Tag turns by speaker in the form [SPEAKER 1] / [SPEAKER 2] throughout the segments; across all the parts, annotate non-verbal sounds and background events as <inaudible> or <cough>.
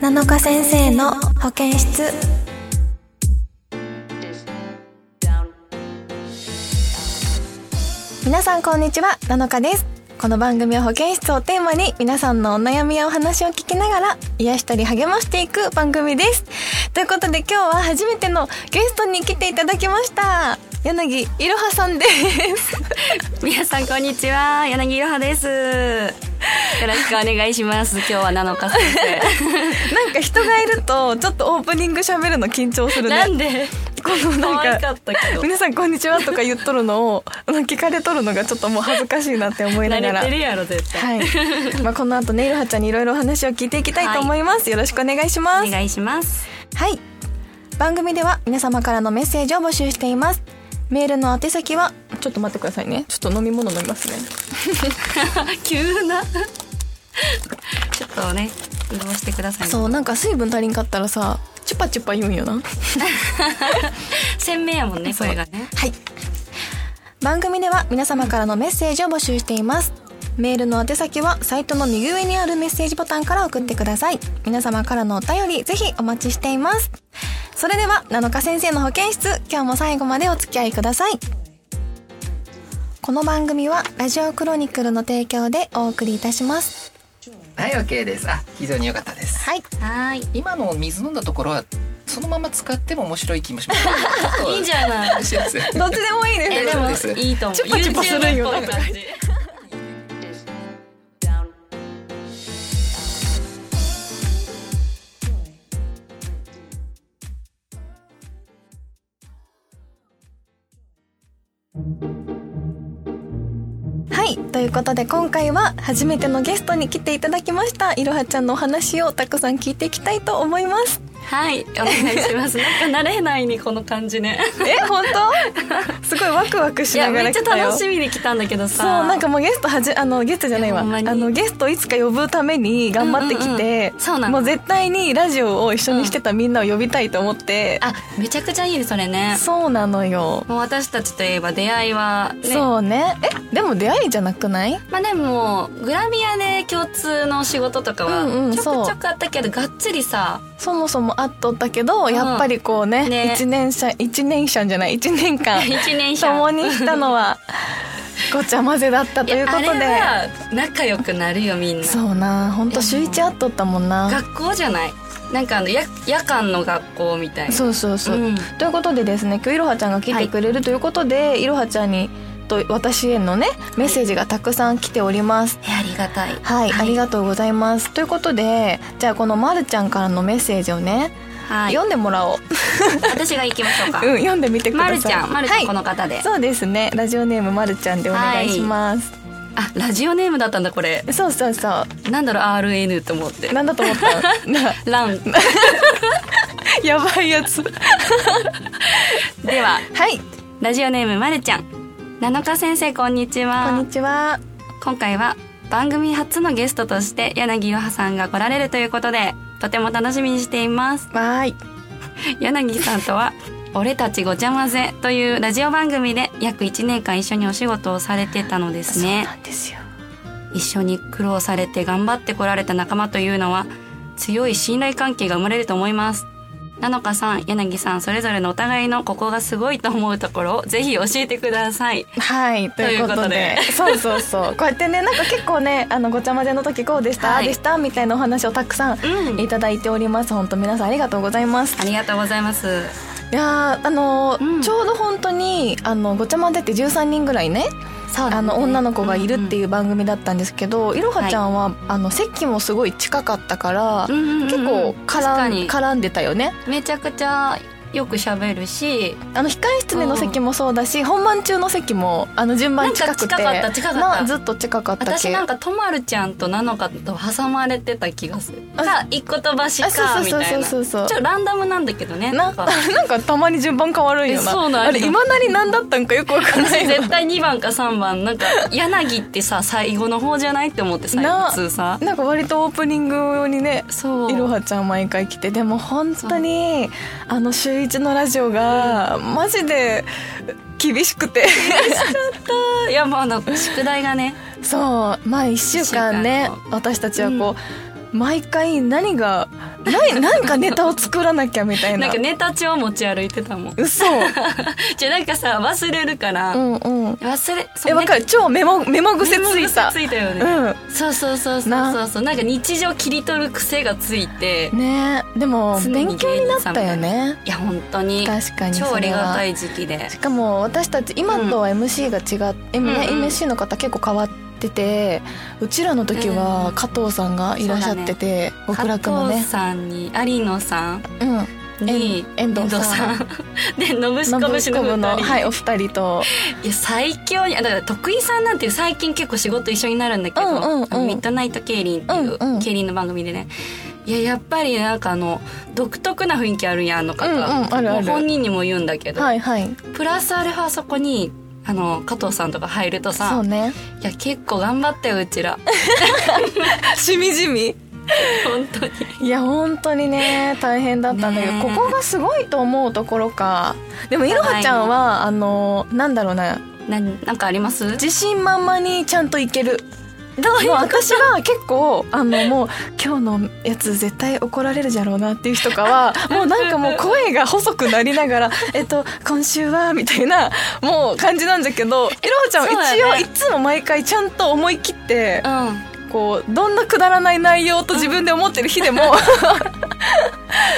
[SPEAKER 1] 七日先生の保健室皆さんこんにちは七日ですこの番組は保健室をテーマに皆さんのお悩みやお話を聞きながら癒したり励ましていく番組ですということで今日は初めてのゲストに来ていただきました柳いろはさんです <laughs>
[SPEAKER 2] 皆さんこんにちは柳いろはですよろしくお願いします今日は7日先
[SPEAKER 1] <laughs> なんか人がいるとちょっとオープニング喋るの緊張する
[SPEAKER 2] 生
[SPEAKER 1] ね
[SPEAKER 2] なんで
[SPEAKER 1] このなんか
[SPEAKER 2] 可愛かったけど
[SPEAKER 1] 皆さんこんにちはとか言っとるのをあの聞かれとるのがちょっともう恥ずかしいなって思いながら
[SPEAKER 2] 慣れてるやろ絶対、
[SPEAKER 1] はい。まあこの後ねいろはちゃんにいろいろお話を聞いていきたいと思います、よろしくお願いします
[SPEAKER 2] お願いします
[SPEAKER 1] はい。番組では皆様からのメッセージを募集しています。メールの宛先は、ちょっと待ってくださいね。ちょっと飲み物飲みますね。
[SPEAKER 2] 急なちょっとね移動してください、ね、
[SPEAKER 1] そう、なんか水分足りんかったらさ、チュパチュパ言うんよな。は
[SPEAKER 2] 鮮明やもんね
[SPEAKER 1] そう
[SPEAKER 2] 声がね
[SPEAKER 1] い。番組では皆様からのメッセージを募集しています。メールの宛先はサイトの右上にあるメッセージボタンから送ってください。皆様からのお便り、ぜひお待ちしています。それでは、七日先生の保健室、今日も最後までお付き合いください。この番組はラジオクロニクルの提供でお送りいたします。
[SPEAKER 3] はい、OK です。あ、非常に良かったです。
[SPEAKER 1] はい。
[SPEAKER 2] はい
[SPEAKER 3] 今の水飲んだところは、そのまま使っても面白い気もします。
[SPEAKER 2] <laughs> いいんじ
[SPEAKER 1] <laughs>
[SPEAKER 2] ゃ
[SPEAKER 3] <laughs>
[SPEAKER 2] ない
[SPEAKER 3] 面白いです
[SPEAKER 1] どっちでもいいです。
[SPEAKER 2] えでもいいと思う
[SPEAKER 1] チュパチュパするんよ
[SPEAKER 2] YouTube っぽい感じ
[SPEAKER 1] はい。ということで今回は初めてのゲストに来ていただきました。いろはちゃんのお話をたくさん聞いていきたいと思い
[SPEAKER 2] <laughs>
[SPEAKER 1] ます。
[SPEAKER 2] はいお願い
[SPEAKER 1] <laughs>
[SPEAKER 2] しますなんか慣れないにこの感じね
[SPEAKER 1] え、本当すごいワクワク
[SPEAKER 2] い
[SPEAKER 1] し
[SPEAKER 2] や
[SPEAKER 1] なが
[SPEAKER 2] め
[SPEAKER 1] ら
[SPEAKER 2] っちゃ
[SPEAKER 1] 来たよ。
[SPEAKER 2] 楽しみに来たんだけどさ
[SPEAKER 1] そうなんかもうゲストはじあのゲストじゃないわ
[SPEAKER 2] ほんま
[SPEAKER 1] あ
[SPEAKER 2] に
[SPEAKER 1] のゲストいつか呼ぶために頑張ってき
[SPEAKER 2] うん
[SPEAKER 1] て
[SPEAKER 2] うん、うんそうなの
[SPEAKER 1] もう絶対にラジオを一緒にしてたみんなを呼びたいと思って、
[SPEAKER 2] あめちゃくちゃいいねそれね
[SPEAKER 1] そうなのよ、
[SPEAKER 2] もう私たちといえば出会いはね
[SPEAKER 1] そうねえでも出会いじゃなくない
[SPEAKER 2] まあでもグラビアで共通の仕事とか
[SPEAKER 1] うんうん
[SPEAKER 2] はちょ
[SPEAKER 1] そう
[SPEAKER 2] くちょくあったけど、がっつ
[SPEAKER 1] <laughs>
[SPEAKER 2] りさ
[SPEAKER 1] そもそもあっとったけど、やっぱりこうね
[SPEAKER 2] ね
[SPEAKER 1] 一年社一年社じゃない一年間
[SPEAKER 2] 一年半
[SPEAKER 1] 共にしたのは <laughs> ごちゃ混ぜだったということ
[SPEAKER 2] やあれ
[SPEAKER 1] で
[SPEAKER 2] は仲良くなるよみんな
[SPEAKER 1] そうな本当週一あっとったもんな
[SPEAKER 2] 学校じゃないなんかあのや夜間の学校みたいな
[SPEAKER 1] そうそうそう、
[SPEAKER 2] うん
[SPEAKER 1] ということでですね今日いろはちゃんが来てくれるということで、い、ろはちゃんにと私へのねメッセージがたくさん来ております
[SPEAKER 2] えありがたい
[SPEAKER 1] はい、
[SPEAKER 2] はい
[SPEAKER 1] ありがとうございますということでじゃあこのまるちゃんからのメッセージをね、
[SPEAKER 2] はい
[SPEAKER 1] 読んでもらおう、
[SPEAKER 2] 私が行きましょうか、
[SPEAKER 1] <laughs> うん、読んでみてくだ
[SPEAKER 2] ま
[SPEAKER 1] さい
[SPEAKER 2] るちゃんまるちゃん、
[SPEAKER 1] はい
[SPEAKER 2] この方で
[SPEAKER 1] そうですねラジオネームまるちゃんでお願いします、
[SPEAKER 2] あラジオネームだったんだこれ
[SPEAKER 1] そうそうそ
[SPEAKER 2] なんだろう RN と思って
[SPEAKER 1] うなんだと思った <laughs> な
[SPEAKER 2] ラン
[SPEAKER 1] やばいやつ
[SPEAKER 2] では
[SPEAKER 1] はい
[SPEAKER 2] ラジオネームまるちゃん七日先生こんにちは
[SPEAKER 1] こんにちは
[SPEAKER 2] 今回は番組初のゲストとして柳いろはさんが来られるということでとても楽しみにしています
[SPEAKER 1] わーい
[SPEAKER 2] 柳さん
[SPEAKER 1] <laughs>
[SPEAKER 2] とは「俺たちごちゃ混ぜ」というラジオ番組で約1年間一緒にお仕事をされてたのですね
[SPEAKER 1] なんですよ
[SPEAKER 2] 一緒に苦労されて頑張ってこられた仲間というのは強い信頼関係が生まれると思います七日さん柳さんそれぞれのお互いのここがすごいと思うところをぜひ教えてください
[SPEAKER 1] はいということで <laughs>
[SPEAKER 2] と
[SPEAKER 1] そうそうそうこうやってねなんか結構ねあのごちゃ混ぜの時こうでした、ああ
[SPEAKER 2] はい
[SPEAKER 1] でしたみたいなお話をたくさん
[SPEAKER 2] うん
[SPEAKER 1] いただいております本当皆さんありがとうございます
[SPEAKER 2] ありがとうございます
[SPEAKER 1] いやーあのー、
[SPEAKER 2] うん
[SPEAKER 1] ちょうど本当にあのごちゃ混ぜって13人ぐらいね
[SPEAKER 2] そう
[SPEAKER 1] あの女の子がいるって
[SPEAKER 2] い
[SPEAKER 1] いう番組だったんですけど、いろはちゃんは、あの席もすごい近かったから、
[SPEAKER 2] うんうんうんうん
[SPEAKER 1] 結構
[SPEAKER 2] 確か
[SPEAKER 1] 絡ん
[SPEAKER 2] に
[SPEAKER 1] 絡んでたよね
[SPEAKER 2] めちゃくちゃよく喋るし
[SPEAKER 1] あの控え室での席もそうだし、本番中の席もあの順番近くて
[SPEAKER 2] なんか近かった近かった
[SPEAKER 1] なずっと近かったけ
[SPEAKER 2] 私なんかとまるちゃんとなのかと挟まれてた気がする
[SPEAKER 1] あ
[SPEAKER 2] か一個飛ばし
[SPEAKER 1] あ
[SPEAKER 2] か
[SPEAKER 1] そう
[SPEAKER 2] み
[SPEAKER 1] そう
[SPEAKER 2] たい
[SPEAKER 1] そう
[SPEAKER 2] なち
[SPEAKER 1] そ
[SPEAKER 2] ょ
[SPEAKER 1] うそう
[SPEAKER 2] っとランダムなんだけどね
[SPEAKER 1] な <laughs>
[SPEAKER 2] なんん
[SPEAKER 1] か
[SPEAKER 2] か
[SPEAKER 1] なんかたまに順番変わるんよな
[SPEAKER 2] えそうなんや
[SPEAKER 1] あれ今なり何だったんかよくわからない
[SPEAKER 2] 私
[SPEAKER 1] よ
[SPEAKER 2] 絶対2番か3番なんか柳ってさ最後の方じゃないって思ってさ
[SPEAKER 1] な
[SPEAKER 2] 普通さ
[SPEAKER 1] なんか割とオープニング用にね
[SPEAKER 2] そう
[SPEAKER 1] いろはちゃん毎回来てでも本当にあの週一のラジオがマジで厳しく
[SPEAKER 2] <laughs>
[SPEAKER 1] て <laughs>
[SPEAKER 2] いやまああの宿題がね
[SPEAKER 1] そうまあ1週間ね
[SPEAKER 2] 一週間
[SPEAKER 1] 私たちはこう、毎回何がななんかネタを作らなきゃみたいな
[SPEAKER 2] なんかネタ帳持ち歩いてたもん
[SPEAKER 1] 嘘う
[SPEAKER 2] じゃあなんかさ忘れるから、
[SPEAKER 1] んうん
[SPEAKER 2] 忘れそう
[SPEAKER 1] えわか
[SPEAKER 2] ね
[SPEAKER 1] る超メモメモ癖ついた
[SPEAKER 2] 癖ついたよね、そうそうそうそう
[SPEAKER 1] な
[SPEAKER 2] そうそうなんか日常切り取る癖がついて、
[SPEAKER 1] うんねえでも
[SPEAKER 2] 常に
[SPEAKER 1] 勉強になったよね
[SPEAKER 2] いや本当に
[SPEAKER 1] 確かにそれは
[SPEAKER 2] 超ありがたい時期で
[SPEAKER 1] しかも私たち今とは MC が違って、
[SPEAKER 2] ん
[SPEAKER 1] ね
[SPEAKER 2] うんうん
[SPEAKER 1] MC の方結構変わっててうちらの時は加藤さんがいらっしゃってて、極楽の
[SPEAKER 2] 加藤
[SPEAKER 1] ね
[SPEAKER 2] さんに有野さん
[SPEAKER 1] うん
[SPEAKER 2] に
[SPEAKER 1] 遠遠藤さん
[SPEAKER 2] 遠藤さん <laughs> でのぶしこぶし
[SPEAKER 1] 信
[SPEAKER 2] の
[SPEAKER 1] 子部
[SPEAKER 2] 2
[SPEAKER 1] の、
[SPEAKER 2] 人、
[SPEAKER 1] はい、お二人
[SPEAKER 2] <laughs>
[SPEAKER 1] と
[SPEAKER 2] いや最強にあだから徳井さんなんて最近結構仕事一緒になるんだけど、
[SPEAKER 1] うんうんうん
[SPEAKER 2] あのミッドナイトケイリンっていう、
[SPEAKER 1] うんうん
[SPEAKER 2] ケイリンの番組でねいややっぱりなんかあの独特な雰囲気あるやんあの方、
[SPEAKER 1] うんうんあるある
[SPEAKER 2] もう本人にも言うんだけど、
[SPEAKER 1] はいはい
[SPEAKER 2] プラスアルファそこにあの加藤さんとか入ると
[SPEAKER 1] そ
[SPEAKER 2] さ
[SPEAKER 1] う、
[SPEAKER 2] <laughs>
[SPEAKER 1] ね
[SPEAKER 2] いや結構頑張ったようちら <laughs>
[SPEAKER 1] しみじみ
[SPEAKER 2] 本当に
[SPEAKER 1] いや本当にね大変だったんだけど、
[SPEAKER 2] ねえ
[SPEAKER 1] ここがすごいと思うところかでもいろはちゃんはあのなんだろうな
[SPEAKER 2] なんなんかありますど
[SPEAKER 1] 自信満々にちゃんといける
[SPEAKER 2] う
[SPEAKER 1] もう私は結構あのもう今日のやつ絶対怒られるじゃろうなっていう日とか
[SPEAKER 2] <laughs>
[SPEAKER 1] はもうなんかもう声が細くなりながら「えっと今週は」みたいなもう感じなんだけどいろはちゃんは
[SPEAKER 2] そうだ
[SPEAKER 1] 一応、
[SPEAKER 2] ね
[SPEAKER 1] いつも毎回ちゃんと思い切って
[SPEAKER 2] うん
[SPEAKER 1] こうどんなくだらない内容と自分で思ってる日でも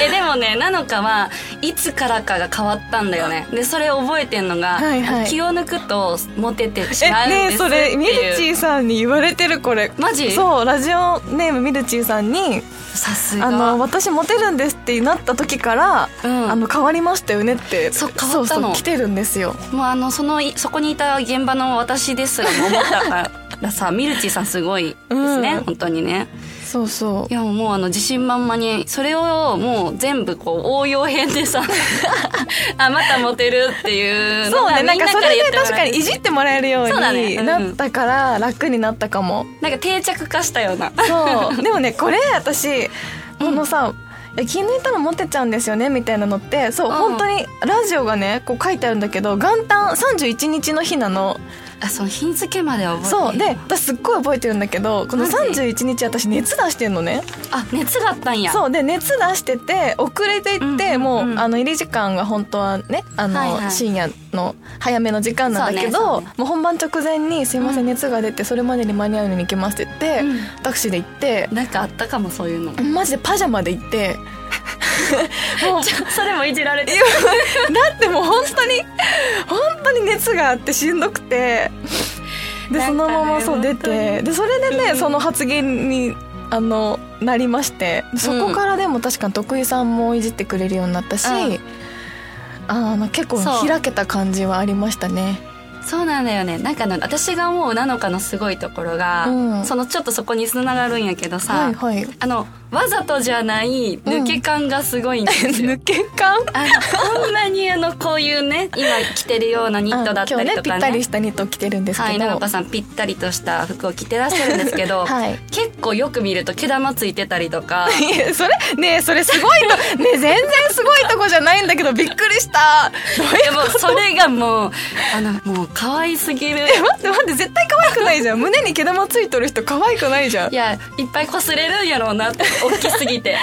[SPEAKER 2] えでもねなのかはいつからかが変わったんだよねでそれ覚えてんのが、
[SPEAKER 1] はいはい
[SPEAKER 2] 気を抜くとモテてし
[SPEAKER 1] え
[SPEAKER 2] まうん
[SPEAKER 1] ね
[SPEAKER 2] で
[SPEAKER 1] え
[SPEAKER 2] す
[SPEAKER 1] そ
[SPEAKER 2] ってい
[SPEAKER 1] れ
[SPEAKER 2] う
[SPEAKER 1] ミルチーさんに言われてるこれ。
[SPEAKER 2] マジ
[SPEAKER 1] そうラジオネームミルチーさんに
[SPEAKER 2] さ
[SPEAKER 1] 「
[SPEAKER 2] すが
[SPEAKER 1] あの私モテるんです」ってなった時から
[SPEAKER 2] うん、
[SPEAKER 1] あの変わりましたよねって
[SPEAKER 2] そう変わった
[SPEAKER 1] そ
[SPEAKER 2] の
[SPEAKER 1] うそう来てるんですよ
[SPEAKER 2] もうあのそのいそこにいた現場の私ですらも思ったからさミルチーさんすごいですね、
[SPEAKER 1] うん
[SPEAKER 2] 本当にね
[SPEAKER 1] そうそ
[SPEAKER 2] いやもうあの自信満々にそれをもう全部こう応用編
[SPEAKER 1] <laughs>
[SPEAKER 2] でさあまたモテるっていう
[SPEAKER 1] う
[SPEAKER 2] の
[SPEAKER 1] そう
[SPEAKER 2] が
[SPEAKER 1] ねなん
[SPEAKER 2] みん
[SPEAKER 1] か
[SPEAKER 2] な
[SPEAKER 1] そ
[SPEAKER 2] から
[SPEAKER 1] れ
[SPEAKER 2] 言
[SPEAKER 1] で
[SPEAKER 2] ってもら
[SPEAKER 1] 確かにいじってもらえるよう
[SPEAKER 2] そうだね
[SPEAKER 1] に
[SPEAKER 2] うん
[SPEAKER 1] なったから楽になったかも、
[SPEAKER 2] なんか定着化したような <laughs>
[SPEAKER 1] そうでもねこれ私このさ、いや気抜いたらモテちゃうんですよねみたいなのってそう、
[SPEAKER 2] うん
[SPEAKER 1] 本当にラジオがねこう書いてあるんだけど元旦31日の日なの
[SPEAKER 2] あその日付までは覚えて
[SPEAKER 1] そうで私すっごい覚えてるんだけどこの31日私熱出してんのね
[SPEAKER 2] あ熱があったんや
[SPEAKER 1] そうで熱出してて遅れていって、
[SPEAKER 2] うんうんうん
[SPEAKER 1] もうあの入り時間が本当はねあの、
[SPEAKER 2] はいはい
[SPEAKER 1] 深夜の早めの時間なんだけ
[SPEAKER 2] そう
[SPEAKER 1] ど、
[SPEAKER 2] ねそうね
[SPEAKER 1] もう本番直前に「すいませ
[SPEAKER 2] うん
[SPEAKER 1] ん熱が出てそれまでに間に合うのに行きます」って言って、
[SPEAKER 2] うん
[SPEAKER 1] タクシーで行って
[SPEAKER 2] なんかあったかもそういう
[SPEAKER 1] <laughs>
[SPEAKER 2] の
[SPEAKER 1] マジでパジャマで行ってもう
[SPEAKER 2] それもいじられて
[SPEAKER 1] <laughs> だってもう本当に本当に熱があってしんどくてで
[SPEAKER 2] なんかね
[SPEAKER 1] そのままそう出
[SPEAKER 2] 本当
[SPEAKER 1] てでそれでね、
[SPEAKER 2] うん
[SPEAKER 1] その発言にあのなりましてそこからでも確かに徳井さんもいじってくれるようになったし、
[SPEAKER 2] うん
[SPEAKER 1] あの結構
[SPEAKER 2] そう
[SPEAKER 1] 開けた感じはありましたね
[SPEAKER 2] そうなんだよねなんかあの私が思うなのかのすごいところが、
[SPEAKER 1] うん
[SPEAKER 2] そのちょっとそこにつながるんやけどさ、
[SPEAKER 1] はいはい
[SPEAKER 2] あのわざとじゃない抜け感がすごいんです
[SPEAKER 1] <laughs>
[SPEAKER 2] よ、
[SPEAKER 1] 抜け感
[SPEAKER 2] あのこんなにあのこういうね今着てるようなニットだったり
[SPEAKER 1] あ今日
[SPEAKER 2] と
[SPEAKER 1] ねぴ
[SPEAKER 2] か
[SPEAKER 1] った
[SPEAKER 2] ね
[SPEAKER 1] りしたニット着てるんです
[SPEAKER 2] は
[SPEAKER 1] け
[SPEAKER 2] い
[SPEAKER 1] ど、
[SPEAKER 2] 長岡さんぴったりとした服を着てらっしゃるんですけ
[SPEAKER 1] <laughs>
[SPEAKER 2] ど、
[SPEAKER 1] はい
[SPEAKER 2] 結構よく見ると毛玉ついてたり
[SPEAKER 1] <laughs>
[SPEAKER 2] とか
[SPEAKER 1] いやそれねえそれすごいとねえ全然すごいとこじゃないんだけどびっくりしたどういう
[SPEAKER 2] でもそれがもうあのもう可愛
[SPEAKER 1] <laughs>
[SPEAKER 2] すぎる
[SPEAKER 1] え待って待って絶対可愛くないじゃん胸に毛玉ついとる人可愛くないじゃん
[SPEAKER 2] いやいっぱい擦れるんやろうなって大きすぎて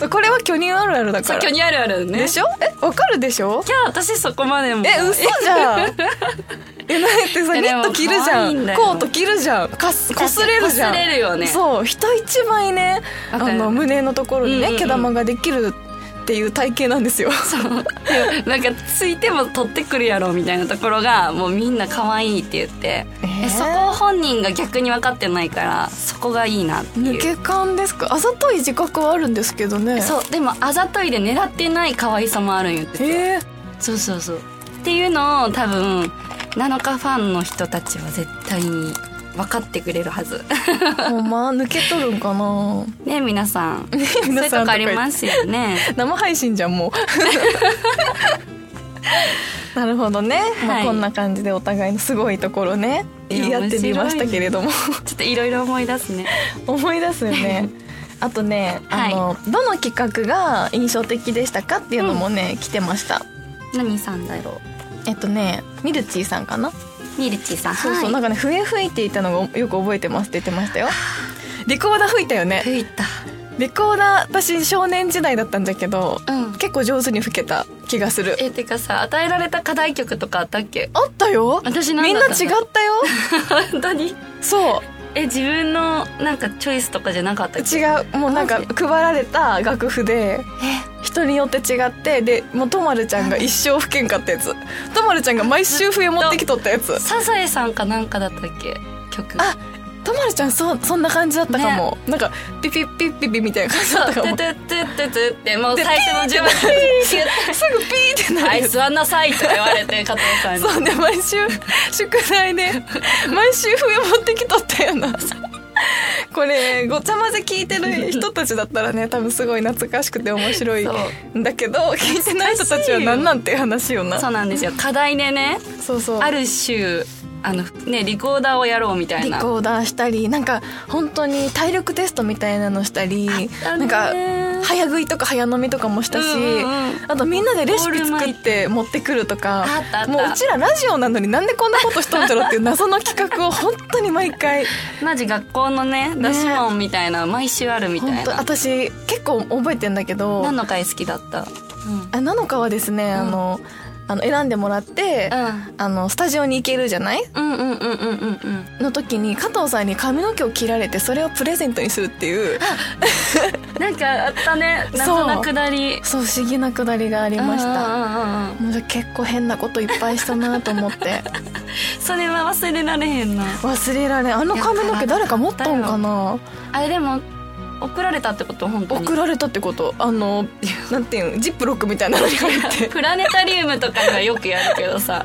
[SPEAKER 1] そう <laughs> これは巨乳あるあるだか
[SPEAKER 2] そう
[SPEAKER 1] ら
[SPEAKER 2] 巨乳あるあるね
[SPEAKER 1] でしょえわかるでしょ
[SPEAKER 2] いや私そこまでも
[SPEAKER 1] え嘘じ
[SPEAKER 2] <laughs>
[SPEAKER 1] ゃんえだってさ
[SPEAKER 2] い
[SPEAKER 1] ニ
[SPEAKER 2] やでも
[SPEAKER 1] ット着るじゃ
[SPEAKER 2] 可愛いん
[SPEAKER 1] ん
[SPEAKER 2] だよ
[SPEAKER 1] コート着るじゃんかすこすれるじゃん
[SPEAKER 2] 擦れるよね
[SPEAKER 1] そう人一倍ね
[SPEAKER 2] わ
[SPEAKER 1] あ
[SPEAKER 2] かる
[SPEAKER 1] の胸のところに
[SPEAKER 2] うんうんう
[SPEAKER 1] ね
[SPEAKER 2] ん
[SPEAKER 1] 毛玉ができるっていう体型なんですよ
[SPEAKER 2] でもなんかついても取ってくるやろみたいなところがもうみんな可愛いって言って、
[SPEAKER 1] えー
[SPEAKER 2] えそこを本人が逆に分かってないからそこがいいなっていう
[SPEAKER 1] 抜け感ですかあざとい自覚はあるんですけどね
[SPEAKER 2] そうでもあざといで狙ってない可愛さもあるんよって
[SPEAKER 1] へえ
[SPEAKER 2] そうそうそうっていうのを多分7日ファンの人たちは絶対に分かってくれるはず <laughs>
[SPEAKER 1] ほんま抜けとるんかな
[SPEAKER 2] ね皆さんそうい
[SPEAKER 1] 皆
[SPEAKER 2] うと
[SPEAKER 1] さん
[SPEAKER 2] ことあ
[SPEAKER 1] か言
[SPEAKER 2] り
[SPEAKER 1] って
[SPEAKER 2] ますよね <laughs>
[SPEAKER 1] 生配信じゃんもうなるほどね、ま
[SPEAKER 2] は
[SPEAKER 1] あ、
[SPEAKER 2] い
[SPEAKER 1] こんな感じでお互いのすごいところね
[SPEAKER 2] いや
[SPEAKER 1] 言い合ってみましたけれども
[SPEAKER 2] ちょっといろいろ思い出すね
[SPEAKER 1] 思い出すよ
[SPEAKER 2] <laughs>
[SPEAKER 1] ねあとね、
[SPEAKER 2] はい
[SPEAKER 1] あのどの企画が印象的でしたかっていうのもね、来てました
[SPEAKER 2] 何さんだろ
[SPEAKER 1] えっとねミルチーさんかな、
[SPEAKER 2] うミルチーさん
[SPEAKER 1] そうそう
[SPEAKER 2] はい
[SPEAKER 1] なんかね笛吹いていたのがよく覚えてますって言ってましたよリコーダー吹いたよね
[SPEAKER 2] 吹いた
[SPEAKER 1] リコーダー私少年時代だったんだけど、
[SPEAKER 2] うん
[SPEAKER 1] 結構上手に吹けた気がする
[SPEAKER 2] <laughs> えてかさ与えられた課題曲とかあったっけ
[SPEAKER 1] あったよ
[SPEAKER 2] 私なんだったの
[SPEAKER 1] みんな違ったよ
[SPEAKER 2] <laughs> 本当に
[SPEAKER 1] <laughs> そう
[SPEAKER 2] え自分のなんかチョイスとかじゃなかったっけ
[SPEAKER 1] 違うもうなんか
[SPEAKER 2] マ
[SPEAKER 1] 配られた楽譜で
[SPEAKER 2] え
[SPEAKER 1] 人によって違ってでもうとまるちゃんが一生吹けんかったやつとまるちゃんが毎週冬持ってきとったやつ
[SPEAKER 2] サザエさんかなんかだったっけ曲
[SPEAKER 1] あとまるちゃんそそんな感じだったかも、なんかピピッピッピピみたいな感じだ
[SPEAKER 2] そ
[SPEAKER 1] っ
[SPEAKER 2] う
[SPEAKER 1] た
[SPEAKER 2] ト
[SPEAKER 1] か <laughs>
[SPEAKER 2] ゥ
[SPEAKER 1] も
[SPEAKER 2] トゥトゥトゥトゥってもう最
[SPEAKER 1] <laughs>
[SPEAKER 2] 初の10分
[SPEAKER 1] すぐピーってな
[SPEAKER 2] は
[SPEAKER 1] る
[SPEAKER 2] い
[SPEAKER 1] やつ
[SPEAKER 2] 座んなさいとか言われて加藤さんに
[SPEAKER 1] そうね毎週宿題で毎週冬持ってきとったよなこれごちゃ混ぜ聞いてる人たちだったらね多分すごい懐かしくて面白い
[SPEAKER 2] そ
[SPEAKER 1] んだけど聞いてない人たちは何なんていう話よな
[SPEAKER 2] そうなんですよ課題でね
[SPEAKER 1] そうそう
[SPEAKER 2] ある週あのねリコーダーをやろうみたい
[SPEAKER 1] リ
[SPEAKER 2] な
[SPEAKER 1] コーダーしたりなんか本当に体力テストみたいなのしたり
[SPEAKER 2] た
[SPEAKER 1] な
[SPEAKER 2] ね
[SPEAKER 1] んか早食いとか早飲みとかもしたし、
[SPEAKER 2] うんうんうん
[SPEAKER 1] あとみんなでレシピ作って持ってくるとか
[SPEAKER 2] あったあった
[SPEAKER 1] もううちらラジオなのになんでこんなことしとんじゃろっていう謎の企画を本当に毎回
[SPEAKER 2] マジ学校のね出し物みたいな毎週ある <laughs> みた
[SPEAKER 1] 本
[SPEAKER 2] い
[SPEAKER 1] 当
[SPEAKER 2] な
[SPEAKER 1] 私結構覚えてんだけど
[SPEAKER 2] 何の回好きだったうん
[SPEAKER 1] あなのかはですね、あのあの選んでもらって、あのスタジオに行けるじゃない
[SPEAKER 2] うんうんうんうんうんうんうん
[SPEAKER 1] の時に加藤さんに髪の毛を切られてそれをプレゼントにするっていう
[SPEAKER 2] なんかあったね
[SPEAKER 1] そう
[SPEAKER 2] 謎なくだり
[SPEAKER 1] そう不思議なくだりがありました。
[SPEAKER 2] うんうんうんうん
[SPEAKER 1] もうじゃあ結構変なこといっぱいしたなと思って <laughs>
[SPEAKER 2] それは忘れられへんな
[SPEAKER 1] 忘れられんあの髪の毛誰か持ったんかな
[SPEAKER 2] あれでも送られたってこと本当に
[SPEAKER 1] 送られたってことあのなんていうのジップロックみたいなのに入って <laughs>
[SPEAKER 2] プラネタリウムとかがよくやるけどさ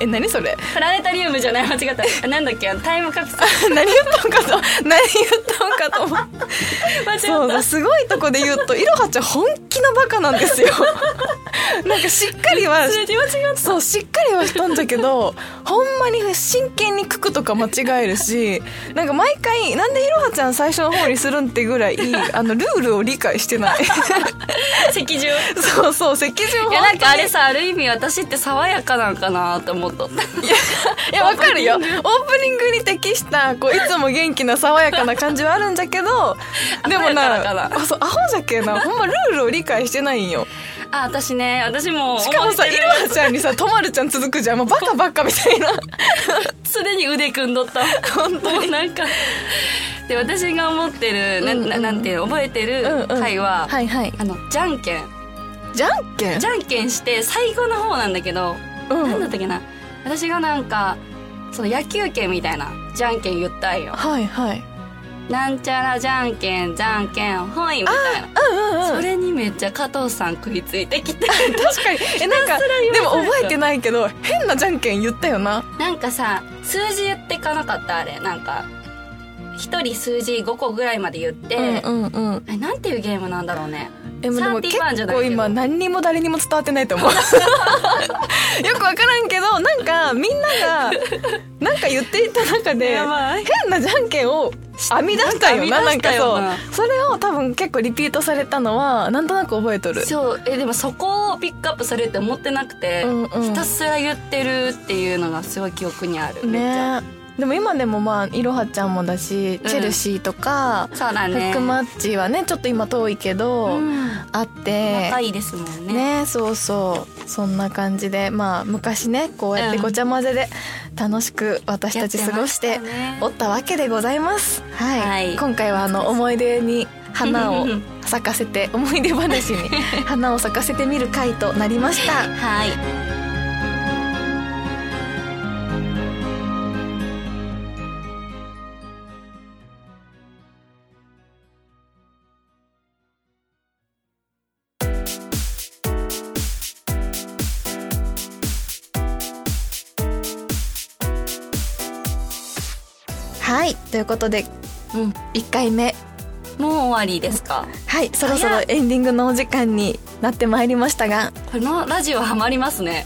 [SPEAKER 1] え何それ
[SPEAKER 2] プラネタリウムじゃない間違ったあなんだっけあのタイムカプセル
[SPEAKER 1] 何言ったんかと何言ったんかと思って
[SPEAKER 2] 間違った
[SPEAKER 1] そうそうすごいとこで言うといろはちゃん本気のバカなんです
[SPEAKER 2] <laughs>
[SPEAKER 1] よなんかしっかりは
[SPEAKER 2] 数字間違った
[SPEAKER 1] そうしっかりはしたんだけどほんまに真剣に九九とか間違えるしなんか毎回なんでいろはちゃん最初の方にするんってぐらいあのルールを理解して
[SPEAKER 2] <laughs>
[SPEAKER 1] ない
[SPEAKER 2] 赤十
[SPEAKER 1] そうそう席順
[SPEAKER 2] いやなんかあれさある意味私って爽やかなんかなって思っとった
[SPEAKER 1] いやわかるよオープニングに適したこういつも元気な爽やかな感じはあるんじゃけ
[SPEAKER 2] <laughs>
[SPEAKER 1] どでも
[SPEAKER 2] 爽やかだ
[SPEAKER 1] な
[SPEAKER 2] か
[SPEAKER 1] あそうアホじゃけえなほんまルールを理解してないんよ
[SPEAKER 2] あ私ね私も
[SPEAKER 1] しかもさいろはちゃんにさとまるちゃん続くじゃんもうバカバカみたいな
[SPEAKER 2] すでに腕組んどった本当になんかで私が思ってるな,、
[SPEAKER 1] うんうん
[SPEAKER 2] ななんていうの覚えて
[SPEAKER 1] うんう
[SPEAKER 2] る
[SPEAKER 1] ん
[SPEAKER 2] 回は、
[SPEAKER 1] いはい
[SPEAKER 2] あのじゃんけん
[SPEAKER 1] じゃんけん
[SPEAKER 2] じゃんけんして最後の方なんだけど、
[SPEAKER 1] うん
[SPEAKER 2] なんだったっけな私がなんかその野球拳みたいなじゃんけん言ったんよ
[SPEAKER 1] はいはい
[SPEAKER 2] なんちゃらじゃんけんじゃんけんほいみたいな
[SPEAKER 1] うんうんうん
[SPEAKER 2] それにめっちゃ加藤さん食いついてき
[SPEAKER 1] <laughs>
[SPEAKER 2] て
[SPEAKER 1] 確かにえなんかでも覚えてないけど変なじゃんけん言ったよな
[SPEAKER 2] なんかさ数字言ってかなかったあれなんか一人数字5個ぐらいまで言って、
[SPEAKER 1] んうん
[SPEAKER 2] あれなんていうゲームなんだろうね
[SPEAKER 1] えもうでも
[SPEAKER 2] 31
[SPEAKER 1] 結
[SPEAKER 2] じゃないけど
[SPEAKER 1] 構今何にも誰にも伝わってないと
[SPEAKER 2] <laughs>
[SPEAKER 1] 思うよくわからんけどなんかみんながなんか言っていた中で
[SPEAKER 2] やばい
[SPEAKER 1] 変なじゃんけんを編み出したよな
[SPEAKER 2] な
[SPEAKER 1] なんん
[SPEAKER 2] か
[SPEAKER 1] か
[SPEAKER 2] 編み出したよ
[SPEAKER 1] そ
[SPEAKER 2] な
[SPEAKER 1] うそれを多分結構リピートされたのはなんとなく覚えとる
[SPEAKER 2] そうえでもそこをピックアップされるって思ってなくて、
[SPEAKER 1] うんうん
[SPEAKER 2] ひたすら言ってるっていうのがすごい記憶にあるめっちゃ
[SPEAKER 1] ねでも今でもまあいろはちゃんもだし
[SPEAKER 2] うん
[SPEAKER 1] チェルシーとか
[SPEAKER 2] そうだ
[SPEAKER 1] フ
[SPEAKER 2] ね
[SPEAKER 1] ックマッチはねちょっと今遠いけど
[SPEAKER 2] うん
[SPEAKER 1] あって
[SPEAKER 2] 仲いいですもんね
[SPEAKER 1] ねそうそうそんな感じでまあ昔ねこうやって
[SPEAKER 2] うん
[SPEAKER 1] ごちゃ混ぜで楽しく私たち過ごしておったわけでございます、はい、
[SPEAKER 2] はい
[SPEAKER 1] 今回はあの思い出に花
[SPEAKER 2] <laughs>
[SPEAKER 1] を
[SPEAKER 2] うん
[SPEAKER 1] 咲かせて思い出話
[SPEAKER 2] <laughs>
[SPEAKER 1] に花を咲かせてみる回となりました
[SPEAKER 2] はい
[SPEAKER 1] はいということで
[SPEAKER 2] うん
[SPEAKER 1] 1回目
[SPEAKER 2] もう終わりですか
[SPEAKER 1] はいそろそろエンディングのお時間になってまいりました
[SPEAKER 2] <laughs>
[SPEAKER 1] が
[SPEAKER 2] このラジオハマりま
[SPEAKER 1] <laughs>
[SPEAKER 2] すね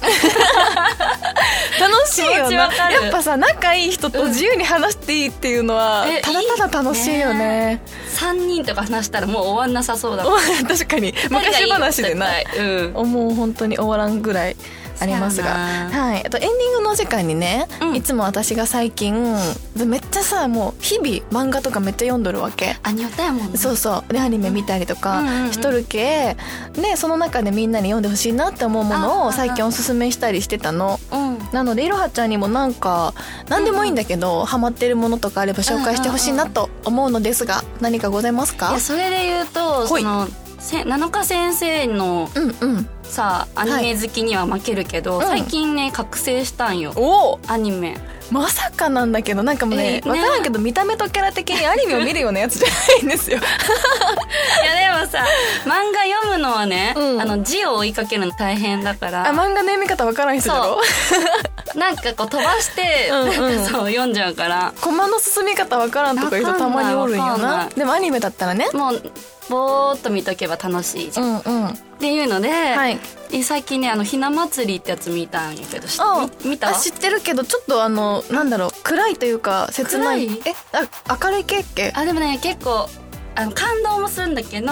[SPEAKER 1] 楽しい
[SPEAKER 2] 気持
[SPEAKER 1] よ
[SPEAKER 2] ち
[SPEAKER 1] な
[SPEAKER 2] わかる
[SPEAKER 1] やっぱさ仲いい人と自由に話していいっていうのは、
[SPEAKER 2] うんえ
[SPEAKER 1] ただただ楽しいよ
[SPEAKER 2] いいね
[SPEAKER 1] ね
[SPEAKER 2] 3人とか話したらもう終わんなさそうだ
[SPEAKER 1] お確かに昔話でな
[SPEAKER 2] 二人がいいよ絶対うん
[SPEAKER 1] もう本当に終わらんぐらいありますが
[SPEAKER 2] そうやな
[SPEAKER 1] はい、あとエンディングのお時間にね、
[SPEAKER 2] うん
[SPEAKER 1] いつも私が最近めっちゃさもう日々漫画とかめっちゃ読んどるわけ。
[SPEAKER 2] あによったやもんね
[SPEAKER 1] そうそうでアニメ見たりとか
[SPEAKER 2] うんうんうん
[SPEAKER 1] しとるけ、でその中でみんなに読んでほしいなって思うもの
[SPEAKER 2] あ
[SPEAKER 1] を
[SPEAKER 2] ー
[SPEAKER 1] 最近おすすめしたりしてたの
[SPEAKER 2] うん
[SPEAKER 1] なのでいろはちゃんにもなんか何でもいいんだけど、ハマってるものとかあれば紹介してほしいなと思うのですが何かございます
[SPEAKER 2] い
[SPEAKER 1] か
[SPEAKER 2] やそれで言うと
[SPEAKER 1] ほ
[SPEAKER 2] そ
[SPEAKER 1] い
[SPEAKER 2] のせ七日先生の
[SPEAKER 1] うんうん
[SPEAKER 2] さアニメ好きには負けるけど、
[SPEAKER 1] うん
[SPEAKER 2] 最近ね覚醒したんよ
[SPEAKER 1] おお
[SPEAKER 2] アニメ
[SPEAKER 1] まさかなんだけどなんかもうね
[SPEAKER 2] えー
[SPEAKER 1] わ
[SPEAKER 2] ね
[SPEAKER 1] からんけど見た目とキャラ的にアニメを見るようなやつじゃないん
[SPEAKER 2] <laughs>
[SPEAKER 1] ですよ
[SPEAKER 2] いやでもさ漫画読むのはね、
[SPEAKER 1] うん
[SPEAKER 2] あの字を追いかけるの大変だか
[SPEAKER 1] あ
[SPEAKER 2] ら
[SPEAKER 1] 漫画の読み方わからん人だろ
[SPEAKER 2] なんかこう飛ばして
[SPEAKER 1] うんうん
[SPEAKER 2] なんか <laughs> そう読んじゃうから
[SPEAKER 1] コマの進み方わからんとか言う人たまにおるん
[SPEAKER 2] わ
[SPEAKER 1] よ
[SPEAKER 2] かんないわか
[SPEAKER 1] なん
[SPEAKER 2] な
[SPEAKER 1] でもアニメだったらね
[SPEAKER 2] もうぼーっと見とけば楽しいじ
[SPEAKER 1] う
[SPEAKER 2] ゃん、
[SPEAKER 1] んうん
[SPEAKER 2] っていうので、
[SPEAKER 1] はい
[SPEAKER 2] え最近ねあのひな祭りってやつ見たんやけど知
[SPEAKER 1] あ
[SPEAKER 2] み見た
[SPEAKER 1] あ知ってるけどちょっとあのなんだろう暗いというか切ない
[SPEAKER 2] 暗い
[SPEAKER 1] えあ明るい系っけ
[SPEAKER 2] あでもね結構あの感動もするんだけど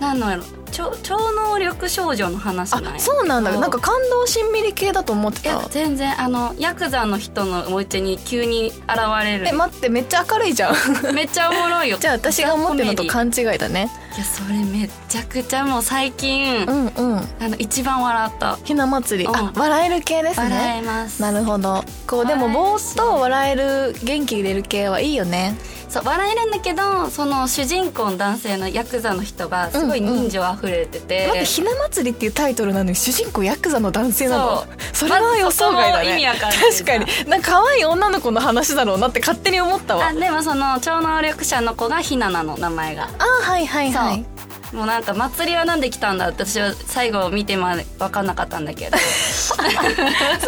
[SPEAKER 2] なんのやろ超超能力少女の話なん
[SPEAKER 1] あ
[SPEAKER 2] や
[SPEAKER 1] そうなんだ
[SPEAKER 2] そう
[SPEAKER 1] なんか感動しんみり系だと思って
[SPEAKER 2] いや
[SPEAKER 1] た
[SPEAKER 2] 全然あのヤクザの人のお家に急に現れ
[SPEAKER 1] え
[SPEAKER 2] る
[SPEAKER 1] 待ってめっちゃ明るい
[SPEAKER 2] <laughs>
[SPEAKER 1] じゃん
[SPEAKER 2] めっちゃおもろいよ
[SPEAKER 1] じゃあ私が思ってるのと
[SPEAKER 2] ザコ
[SPEAKER 1] 勘違いだね
[SPEAKER 2] メディいやそれめちゃくちゃもう最近
[SPEAKER 1] うんうん
[SPEAKER 2] あの一番笑った
[SPEAKER 1] ひな祭り
[SPEAKER 2] うん
[SPEAKER 1] あ笑える系ですね
[SPEAKER 2] 笑えます
[SPEAKER 1] なるほどこうでも
[SPEAKER 2] 笑え
[SPEAKER 1] ぼー
[SPEAKER 2] るし
[SPEAKER 1] っと笑える元気入れる系はいいよね
[SPEAKER 2] そう笑えるんだけどその主人公の男性のヤクザの人がすごい人情あふれてて、
[SPEAKER 1] 待ってひな祭りっていうタイトルなのに主人公ヤクザの男性なの
[SPEAKER 2] そう
[SPEAKER 1] それは予想外だ
[SPEAKER 2] まずそこも意味
[SPEAKER 1] ね
[SPEAKER 2] わかんないじ
[SPEAKER 1] 確
[SPEAKER 2] ゃん
[SPEAKER 1] かになんか可愛い女の子の話だろうなって勝手に思ったわ
[SPEAKER 2] あでもその超能力者の子がひななの名前が
[SPEAKER 1] あはいはいは
[SPEAKER 2] そ
[SPEAKER 1] いう <laughs>
[SPEAKER 2] もうなんか祭りはなんで来たんだって私は最後見てまで分かんなかったんだけど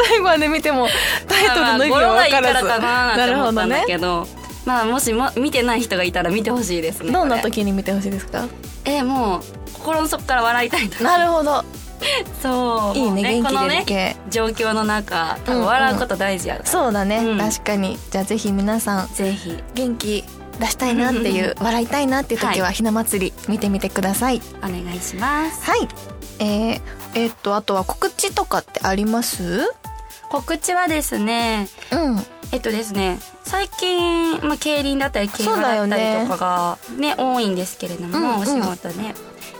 [SPEAKER 1] 最後まで見て <laughs> もタイトルの意味は分からず
[SPEAKER 2] まあまあ語呂がいいからかななんて思ったんだ
[SPEAKER 1] なる
[SPEAKER 2] けどまあもしも見てない人がいたら見てほしいですね
[SPEAKER 1] どんな
[SPEAKER 2] これ
[SPEAKER 1] 時に見てほしいですか
[SPEAKER 2] えもう心の底から笑いたいと
[SPEAKER 1] なるほど
[SPEAKER 2] そう
[SPEAKER 1] いい
[SPEAKER 2] もう
[SPEAKER 1] ね元
[SPEAKER 2] こ
[SPEAKER 1] 気
[SPEAKER 2] の
[SPEAKER 1] 出る
[SPEAKER 2] ね
[SPEAKER 1] 系
[SPEAKER 2] 状況の中多
[SPEAKER 1] うんう
[SPEAKER 2] 分
[SPEAKER 1] ん
[SPEAKER 2] 笑うこと大事やから、
[SPEAKER 1] そうだね、
[SPEAKER 2] うん
[SPEAKER 1] 確かにじゃあぜひ皆さん
[SPEAKER 2] ぜひ
[SPEAKER 1] 元気出したいなっていう笑いたいなっていう時は
[SPEAKER 2] は
[SPEAKER 1] ひな祭り見てみてください
[SPEAKER 2] お願いします
[SPEAKER 1] はいえー、えーっとあとは告知とかってあります
[SPEAKER 2] 告知はですね
[SPEAKER 1] うん
[SPEAKER 2] えっとですね最近、まあ、競輪だったり競馬だったりとかがね多いんですけれども、
[SPEAKER 1] うんうん
[SPEAKER 2] お仕事ね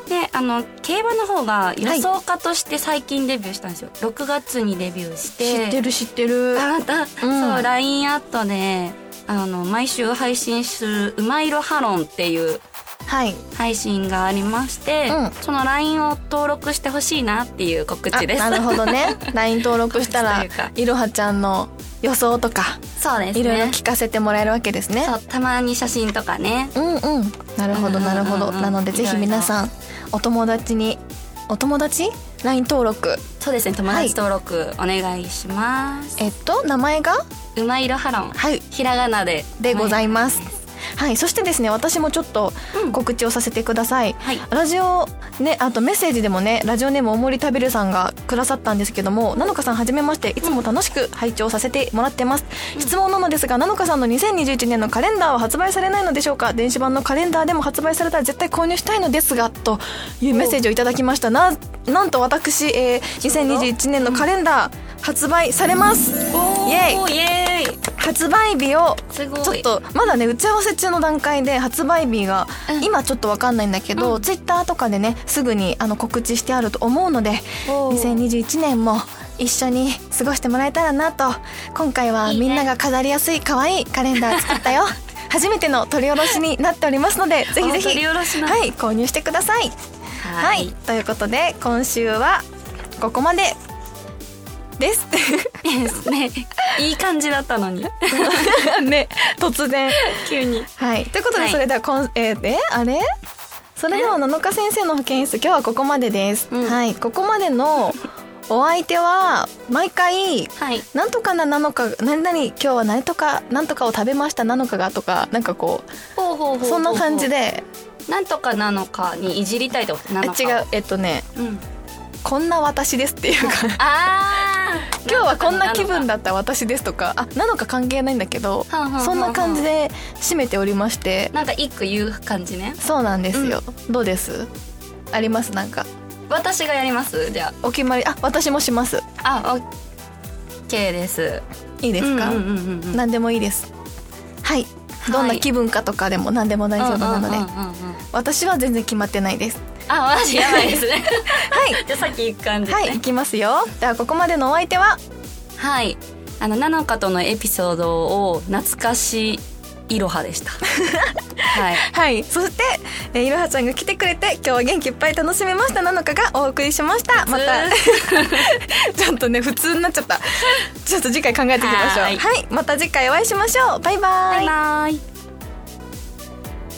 [SPEAKER 2] であの競馬の方が予想家として最近デビューしたんですよ、6月にデビューして
[SPEAKER 1] 知ってる知ってる
[SPEAKER 2] あなた、そう LINE アットであの毎週配信する「うまいろハロン」っていう
[SPEAKER 1] はい
[SPEAKER 2] 配信がありまして、
[SPEAKER 1] うん
[SPEAKER 2] その LINE を登録してほしいなっていう告
[SPEAKER 1] あ
[SPEAKER 2] 知です
[SPEAKER 1] なるほど <laughs> ね LINE 登録したら
[SPEAKER 2] 告知というか
[SPEAKER 1] いろはちゃんの予想とか
[SPEAKER 2] <laughs> そうですね
[SPEAKER 1] いろいろ聞かせてもらえるわけですね
[SPEAKER 2] そうたまに写真とかね
[SPEAKER 1] うんうんなるほど
[SPEAKER 2] うんうんう
[SPEAKER 1] な
[SPEAKER 2] ん
[SPEAKER 1] るほどなのでぜひ皆さんお友達にお友達 LINE 登録
[SPEAKER 2] そうですね友達登録お願いします、
[SPEAKER 1] えっと名前が
[SPEAKER 2] うまいろハロン
[SPEAKER 1] はい
[SPEAKER 2] ひらがなで
[SPEAKER 1] でござ
[SPEAKER 2] い
[SPEAKER 1] います。はい、そしてですね私もちょっと
[SPEAKER 2] うん
[SPEAKER 1] 告知をさせてください、
[SPEAKER 2] はい
[SPEAKER 1] ラジオねあとメッセージでもねラジオネームおもり食べるさんがくださったんですけどもなのかさんはじめましていつも楽しく拝聴させてもらってます、質問なのですがなのかさんの2021年のカレンダーは発売されないのでしょうか電子版のカレンダーでも発売されたら絶対購入したいのですがというメッセージをいただきましたななんと私、えー2021年のカレンダー発売されます、
[SPEAKER 2] おー
[SPEAKER 1] イエイ
[SPEAKER 2] イエーイ
[SPEAKER 1] 発売日を
[SPEAKER 2] すごい
[SPEAKER 1] ちょっとまだね打ち合わせ中の段階で発売日が、
[SPEAKER 2] うん
[SPEAKER 1] 今ちょっとわかんないんだけど、ツイッターとかでねすぐにあの告知してあると思うので
[SPEAKER 2] おー
[SPEAKER 1] 2021年も一緒に過ごしてもらえたらなと今回はい
[SPEAKER 2] いね
[SPEAKER 1] みんなが飾りやすい可愛いカレンダー作った
[SPEAKER 2] <laughs>
[SPEAKER 1] よ初めての取り下ろしになっておりますのでぜひぜ
[SPEAKER 2] お取
[SPEAKER 1] ひ
[SPEAKER 2] り下ろしなんだ
[SPEAKER 1] はい購入してください
[SPEAKER 2] は
[SPEAKER 1] はいい、ということで今週はここまでです。 <laughs>
[SPEAKER 2] <laughs> ですねいい感じだったのに
[SPEAKER 1] ね突然
[SPEAKER 2] 急に
[SPEAKER 1] はい、ということで、
[SPEAKER 2] はい
[SPEAKER 1] それではこん、えーえあれそれでは七日先生の保健室今日はここまでです、
[SPEAKER 2] うん
[SPEAKER 1] はいここまでのお相手は毎回
[SPEAKER 2] はい
[SPEAKER 1] なんとかななのか何々今日は何とかなんとかを食べましたなのかがとかなんかこ
[SPEAKER 2] ほうほうほうほ
[SPEAKER 1] う
[SPEAKER 2] う
[SPEAKER 1] そんな感じで
[SPEAKER 2] なんとかなのかにいじりたいってことな
[SPEAKER 1] あ
[SPEAKER 2] のか
[SPEAKER 1] 違うえっとね
[SPEAKER 2] うん
[SPEAKER 1] こんな私ですっていうか
[SPEAKER 2] <laughs> あー
[SPEAKER 1] 今日はこんな気分だ
[SPEAKER 2] だ
[SPEAKER 1] った私ですとかあなのか関係ないんだけど
[SPEAKER 2] はんはんはんはん
[SPEAKER 1] そんな感じで締めておりまして
[SPEAKER 2] なんか一句言う感じね
[SPEAKER 1] そうなんですよ、どうですありますなんか
[SPEAKER 2] 私がやりますじゃ
[SPEAKER 1] お決まりあ私もします
[SPEAKER 2] ああオッケーです
[SPEAKER 1] いいですか、
[SPEAKER 2] うんうんうんうん
[SPEAKER 1] 何でもいいですはいどんな気分かとかでも何でも大丈夫なので、
[SPEAKER 2] うんうんうんうんうん
[SPEAKER 1] 私は全然決まってないです
[SPEAKER 2] あマジやばいですね <laughs> はいじゃあさっき行く感じです
[SPEAKER 1] は
[SPEAKER 2] ね
[SPEAKER 1] い行きますよではここまでのお相手は
[SPEAKER 2] はい、あの七日とのエピソードを懐かしいろは
[SPEAKER 1] <laughs>
[SPEAKER 2] でした。はい、
[SPEAKER 1] はいそしてえーいろはちゃんが来てくれて今日は元気いっぱい楽しめましたなのかがお送りしましたまた <laughs> ちょっとね普通になっちゃったちょっと次回考えていきましょう
[SPEAKER 2] は
[SPEAKER 1] は
[SPEAKER 2] ー
[SPEAKER 1] い
[SPEAKER 2] い
[SPEAKER 1] また次回お会いしましょうバイバイ
[SPEAKER 2] バイバイ。